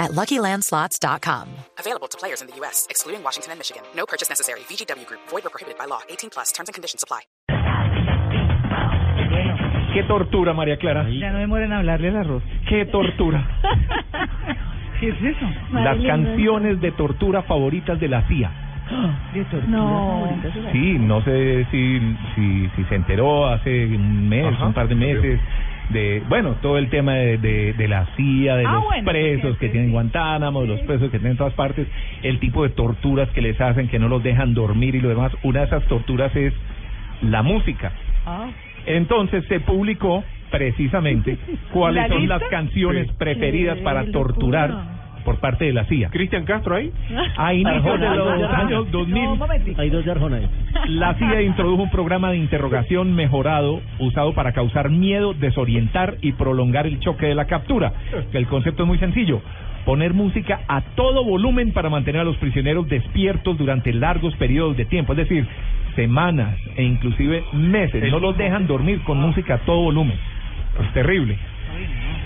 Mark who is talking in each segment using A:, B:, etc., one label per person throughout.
A: at luckylandslots.com.
B: Available to players in the U.S., excluding Washington and Michigan. No purchase necessary. VGW Group, void or prohibited by law. 18 plus terms and conditions apply.
C: Qué tortura, María Clara.
D: Ya no demoren a hablarle al arroz.
C: Qué tortura.
D: ¿Qué es eso?
C: Las canciones de tortura favoritas de la CIA.
D: De tortura
E: No.
D: favorita será.
C: Sí, no sé si, si, si se enteró hace un mes,
E: Ajá.
C: un par de meses. De, bueno, todo el tema de, de, de la CIA, de
D: Ah,
C: los
D: bueno,
C: presos
D: porque
C: que
D: sí.
C: tienen en Guantánamo, de los presos que tienen en todas partes, el tipo de torturas que les hacen, que no los dejan dormir y lo demás. Una de esas torturas es la música.
D: Ah,
C: Entonces se publicó precisamente cuáles
D: ¿La
C: son
D: lista?
C: las canciones
E: Sí.
C: preferidas
D: Qué
C: para
D: locura.
C: torturar por parte de la CIA.
E: Cristian Castro ahí.
C: A inicios de
E: Arjona,
C: los
E: Arjona.
C: años 2000,
D: No, un momentico.
E: dos de Arjona ahí.
C: la CIA introdujo un programa de interrogación mejorado usado para causar miedo, desorientar y prolongar el choque de la captura. El concepto es muy sencillo. Poner música a todo volumen para mantener a los prisioneros despiertos durante largos periodos de tiempo, es decir, semanas e inclusive meses. No los dejan dormir con música a todo volumen. Es terrible.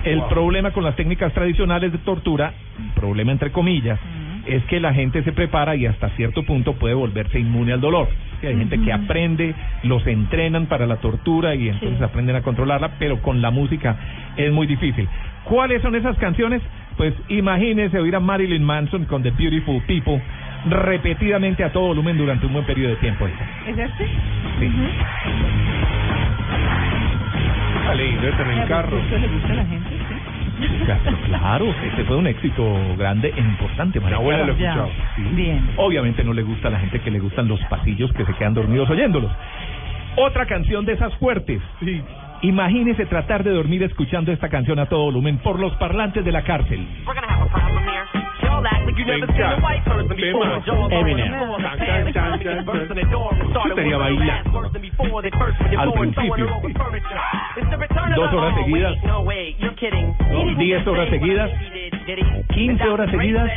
C: El problema con las técnicas tradicionales de tortura, problema entre comillas, es que la gente se prepara y hasta cierto punto puede volverse inmune al dolor. Sí, hay gente que aprende, los entrenan para la tortura y entonces aprenden a controlarla, pero con la música es muy difícil. ¿Cuáles son esas canciones? Pues imagínense oír a Marilyn Manson con The Beautiful People repetidamente a todo volumen durante un buen periodo de tiempo.
D: ¿Es este?
C: Sí.
E: Ah, lindo, este en el carro.
F: pues,
D: ¿Esto pues, le gusta a la gente? Sí.
C: Claro, claro, este fue un éxito grande e importante.
E: Mi
C: María
E: abuela
C: Clara.
E: lo escuchaba.
D: Ya. Bien.
C: Obviamente no le gusta a la gente que le gustan los pasillos que se quedan dormidos oyéndolos. Otra canción de esas fuertes.
E: Sí.
C: Imagínese tratar de dormir escuchando esta canción a todo volumen por los parlantes de la cárcel.
G: We're gonna have a problem here. Y'all act like you never seen a white person before.
E: Tema.
G: Y'all are
E: Eminem.
G: on the panic. First in the door, started
C: Estaría
G: with the
C: bailando.
G: last worse than before. They first with your
C: Al
G: boy, throwing
C: principio.
G: her over furniture. It's the return of
C: Dos
G: the-
C: horas
G: oh,
C: seguidas.
G: wait, no, wait, you're kidding.
C: Dos- diez
G: He didn't
C: horas
G: say what
C: seguidas.
G: I think he did, did he?
C: 15 horas seguidas.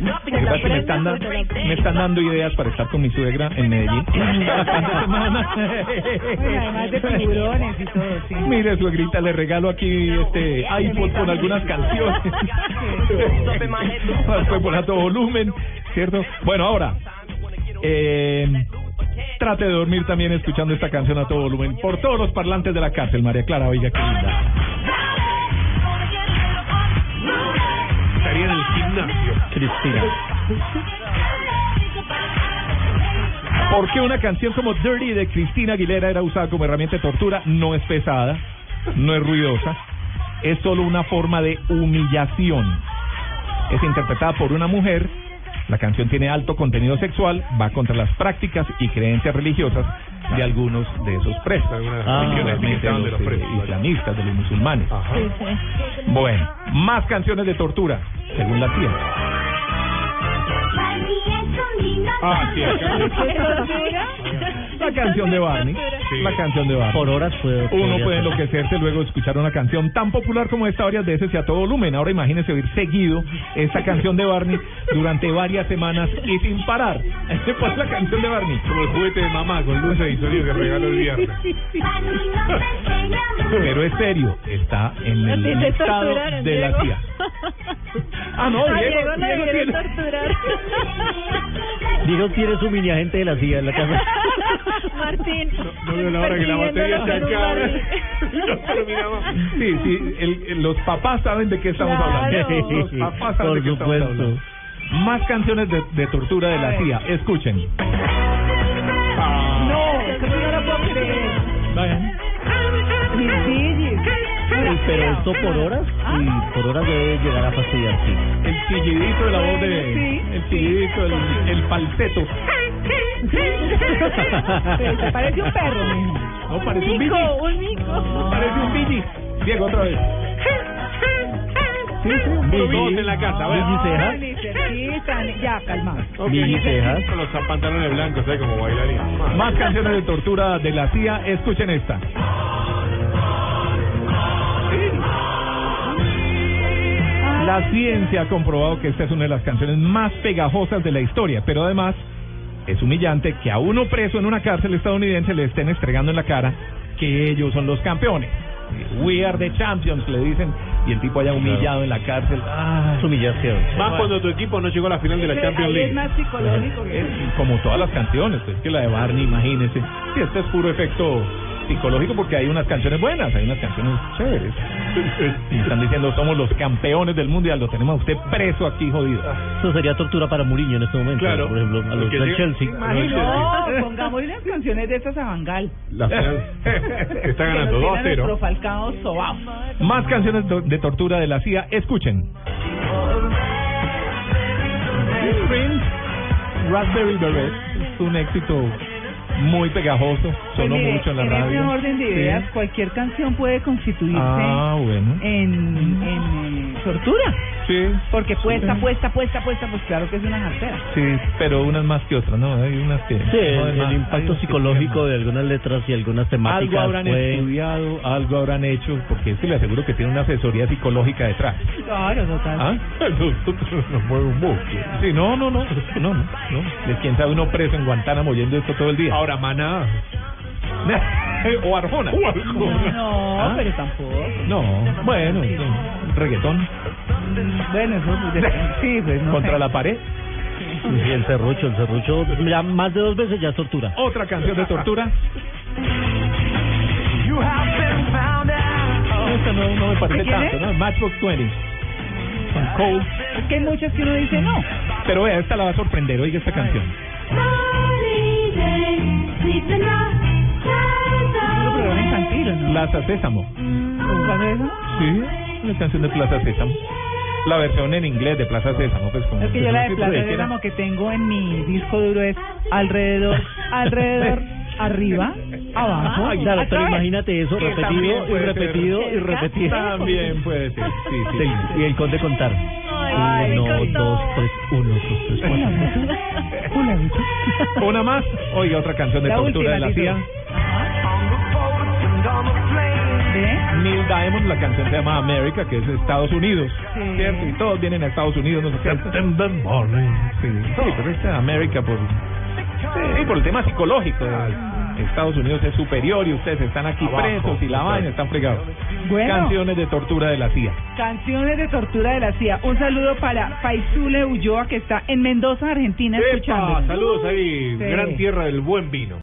G: Nothing
C: Lo que
G: is
C: pasa es que me
G: better
C: están, da-
G: than great
C: me
G: things.
C: están dando ideas para estar con mi suegra en Medellín. La fin de semana.
D: Bueno, Pues además de tiburones y todo, sí.
C: Mire, suegrita, le regalo aquí este iPod con algunas canciones. Fue por alto volumen, ¿cierto? Bueno, ahora, eh, trate de dormir también escuchando esta canción a todo volumen. Por todos los parlantes de la cárcel, María Clara, oiga, qué linda.
E: Estaría en el gimnasio.
C: Cristina. ¿Por qué una canción como Dirty de Cristina Aguilera era usada como herramienta de tortura? No es pesada, no es ruidosa, es solo una forma de humillación. Es interpretada por una mujer, la canción tiene alto contenido sexual, va contra las prácticas y creencias religiosas de algunos de esos presos,
E: Algunas religiones que
C: Especialmente
E: estaban de
C: de los,
E: los presos,
C: eh,
E: vale.
C: islamistas, de los musulmanes.
E: Ajá.
C: Bueno, más canciones de tortura, según la tía.
E: Ah, sí, acá.
C: La canción de Barney.
E: Sí.
C: La canción de Barney. Por horas puede. Uno puede enloquecerse luego de escuchar una canción tan popular como esta varias veces y a todo volumen. Ahora imagínese oír seguido esta canción de Barney durante varias semanas y sin parar. Este fue la canción de Barney.
E: Como el juguete de mamá con luces y sonido que regaló el viernes.
C: Pero es serio, está en el listado de la CIA. Ah, no, Diego, Diego tiene-
H: Digo, tiene su mini agente de la CIA en la casa.
F: Martín.
E: No veo la hora que la batería se acabe. No termina más.
C: Sí, sí, el- el- los papás saben de qué estamos hablando. Los papás saben de
H: Por
C: qué estamos hablando.
H: supuesto.
C: Más canciones de, de tortura de la CIA. Escuchen.
D: No, eso no lo puedo creer. Mis DJs.
H: Uy, Pero esto por horas y por horas debe llegar a fastidiar, sí.
C: El chillidito de la voz de.
D: Sí,
C: El chillidito, el, el falseto.
D: Pero se parece un perro, mijo.
C: No, parece un billy.
F: un mico.
C: Parece un billy. Diego, otra vez.
E: Todos
H: Billy,
E: en la casa,
H: Billy Ceja.
E: ¿verdad?
F: Ah,
D: Ni se
F: cerquita, ya, calmado.
E: Ok,
H: Mini
E: ese
H: cejas.
E: Con los pantalones blancos, ¿sabes? Como bailarín.
C: Más canciones de tortura de la CIA, escuchen esta. La ciencia ha comprobado que esta es una de las canciones más pegajosas de la historia, pero además es humillante que a uno preso en una cárcel estadounidense le estén estregando en la cara que ellos son los campeones. We are the champions, le dicen, y el tipo haya humillado en la cárcel. Ah,
H: Es humillación.
E: Más cuando tu equipo no llegó a la final de la
F: Ese-
E: Champions
F: ahí
E: League.
F: es más psicológico. que-
C: es como todas las canciones, es que la de Barney, imagínense. Sí, esto es puro efecto psicológico porque hay unas canciones buenas, hay unas canciones chéveres. Y están diciendo, somos los campeones del mundial, lo tenemos a usted preso aquí, jodido.
H: Eso sería tortura para Mourinho en este momento.
E: Claro.
H: Por ejemplo, a los
E: Que
H: del
E: llega-
H: Chelsea.
E: Imagínate.
F: No, pongámosle las canciones de esas a Bangal.
E: La final. Está ganando 2 a 0.
F: Profalcao Sobao.
C: Más canciones to- de tortura de la CIA, escuchen. Prince, Raspberry Beret es un éxito muy pegajoso,
F: Pues
C: sonó
F: mire,
C: mucho en la
F: ese
C: radio.
F: orden de
C: Sí.
F: ideas, Eh. cualquier canción puede constituirse
C: Ah, bueno.
F: en, en, eh, tortura.
C: Sí.
F: Porque puesta, puesta, puesta, puesta, pues claro que es una jartera.
C: Sí, pero unas más que otras, ¿no? Hay unas que...
H: Sí, el,
C: joden más,
H: el
C: hay unas
H: impacto
C: que pues.
H: psicológico
C: joden
H: de algunas letras y algunas
C: más.
H: temáticas.
C: Algo habrán
H: fue-
C: estudiado, algo habrán hecho, porque es que le aseguro que tiene una asesoría psicológica detrás.
F: Claro, total.
C: ¿Ah?
E: Nosotros nos mueve un músculo.
C: Sí, no, no, no, no, no, no. De quién sabe uno preso en Guantánamo oyendo esto todo el día.
E: Ahora, maná.
C: o Arjona.
F: No, no,
C: ¿Ah?
F: pero tampoco.
C: No, bueno, sí, reggaetón.
F: Bueno, eso pues, depende. sí, pues no
C: Contra
F: sé.
C: la pared.
H: Y el serrucho, el serrucho, ya más de dos veces ya es tortura.
C: Otra canción de tortura. No, esta no, no me
F: ¿De
C: parece
F: quién
C: tanto,
F: es?
C: ¿no? Matchbox 20. Con Cole.
F: Es que hay muchas que uno dice no.
C: Pero vea, esta la va a sorprender, oiga esta canción.
F: Es un programa infantil, ¿no?
C: Plaza Sésamo.
F: ¿Nunca ves eso?
C: Sí, una canción de Plaza Sésamo. La versión en inglés de Plaza Sésamo, pues como
F: Es que yo la de
C: como
F: Plaza
C: si
F: de
C: dijera-
F: Déramo que tengo en mi disco duro es alrededor, alrededor, arriba, abajo.
H: Ay, claro, pero
F: atrás.
H: imagínate eso,
E: Que
H: repetido
E: también
H: y
E: puede ser.
H: repetido y repetido.
E: También puede ser. Sí, sí.
H: Sí, Y el conde contar.
F: Ay,
H: uno,
F: me encantó.
H: dos, tres, uno, dos, tres, cuatro.
C: Una más, oiga otra canción de
F: La
C: tortura
F: última,
C: de la
F: Tito.
C: CIA.
F: ¿Ve?
C: Neil Diamond, la canción se llama América, que es Estados Unidos,
F: Sí.
C: ¿cierto? Y todos vienen a Estados Unidos, no sé qué. Sí, sí, pero esta América por... Sí, por el tema psicológico. de Estados Unidos es superior y ustedes están aquí
E: Abajo,
C: presos y la vaina, están fregados.
F: Bueno.
C: Canciones de tortura de la CIA.
F: Canciones de tortura de la CIA. Un saludo para Paisule Ulloa que está en Mendoza, Argentina,
E: Epa,
F: escuchando.
E: saludos ahí.
F: Sí.
E: Gran tierra del buen vino.